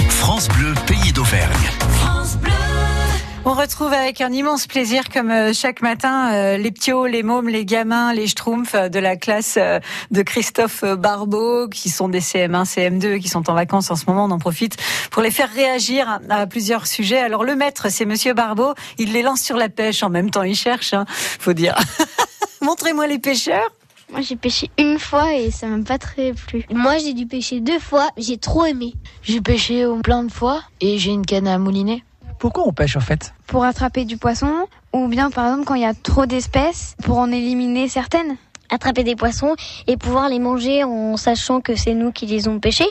France Bleu, pays d'Auvergne. On retrouve avec un immense plaisir, comme euh, chaque matin, euh, les ptios, les mômes, les gamins, les schtroumpfs euh, de la classe euh, de Christophe euh, Barbeau, qui sont des CM1, CM2, qui sont en vacances en ce moment. On en profite pour les faire réagir à, à plusieurs sujets. Alors le maître, c'est Monsieur Barbeau. Il les lance sur la pêche. En même temps, il cherche, hein, faut dire. Montrez-moi les pêcheurs. Moi j'ai pêché une fois et ça m'a pas très plu. Moi, j'ai dû pêcher deux fois, j'ai trop aimé. J'ai pêché au- plein de fois et j'ai une canne à mouliner. Pourquoi on pêche en fait Pour attraper du poisson ou bien par exemple quand il y a trop d'espèces pour en éliminer certaines. Attraper des poissons et pouvoir les manger en sachant que c'est nous qui les ont pêchés.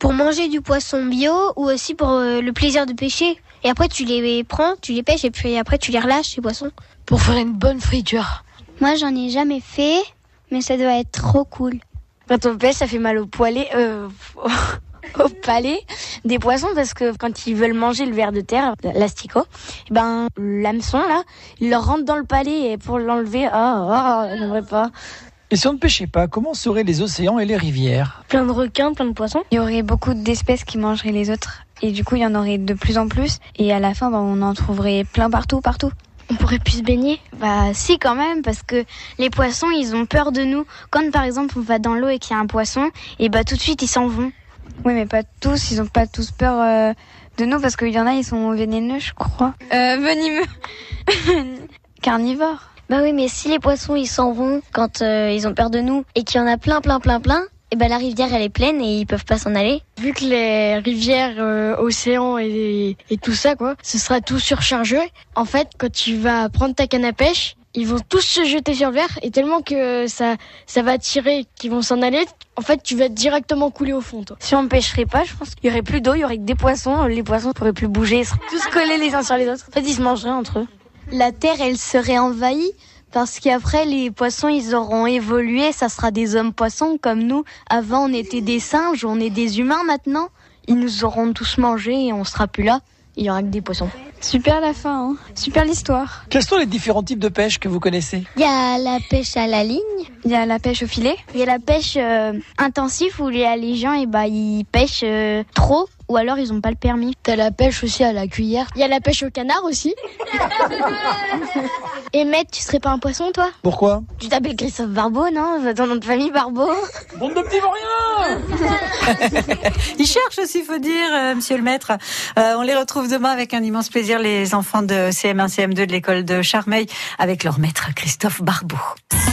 Pour manger du poisson bio ou aussi pour euh, le plaisir de pêcher. Et après, tu les prends, tu les pêches et puis après, tu les relâches, les poissons. Pour faire une bonne friture. Moi, j'en ai jamais fait, mais ça doit être trop cool. Quand on pêche, ça fait mal au poilet, euh, au palais des poissons parce que quand ils veulent manger le ver de terre, l'asticot, eh ben l'hameçon là, il leur rentre dans le palais et pour l'enlever, ah, oh, j'aimerais pas. Et si on ne pêchait pas, comment seraient les océans et les rivières Plein de requins, plein de poissons. Il y aurait beaucoup d'espèces qui mangeraient les autres et du coup il y en aurait de plus en plus et à la fin bah, on en trouverait plein partout partout. On pourrait plus se baigner. Bah si quand même parce que Les poissons, ils ont peur de nous. Quand par exemple on va dans l'eau et qu'il y a un poisson, et bah tout de suite ils s'en vont. Oui mais pas tous, ils ont pas tous peur euh, de nous parce qu'il y en a ils sont vénéneux je crois. Euh, venimeux. Carnivores. Bah oui, mais si les poissons ils s'en vont quand euh, ils ont peur de nous et qu'il y en a plein, plein, plein, plein, et ben la rivière elle est pleine et ils peuvent pas s'en aller. vu que les rivières, océans et, tout ça quoi, ce sera tout surchargé. En fait, quand tu vas prendre ta canne à pêche, ils vont tous se jeter sur le verre et tellement que ça ça va tirer qu'ils vont s'en aller, en fait tu vas directement couler au fond toi. Si on pêcherait pas, je pense qu'il y aurait plus d'eau, il y aurait que des poissons, les poissons pourraient plus bouger, ils seraient tous collés les uns sur les autres. En fait, ils se mangeraient entre eux. La terre elle serait envahie parce qu'après les poissons ils auront évolué, ça sera des hommes poissons comme nous. Avant on était des singes, on est des humains maintenant. Ils nous auront tous mangés et on sera plus là. Il y aura que des poissons. Super la fin, hein. super l'histoire. Quels sont les différents types de pêche que vous connaissez Il y a la pêche à la ligne. Il y a la pêche au filet. Il y a la pêche euh, intensive où les, les gens et bah, ils pêchent euh, trop ou alors ils n'ont pas le permis. T'as la pêche aussi à la cuillère. Il y a la pêche au canard aussi. Et maître, tu serais pas un poisson toi Pourquoi Tu t'appelles Christophe Barbeau, non Ton nom de famille Barbeau. Bande de petits vauriens Ils cherchent aussi, faut dire, euh, monsieur le maître. Euh, on les retrouve demain avec un immense plaisir, les enfants de CM1, CM2 de l'école de Charmeil, avec leur maître Christophe Barbeau.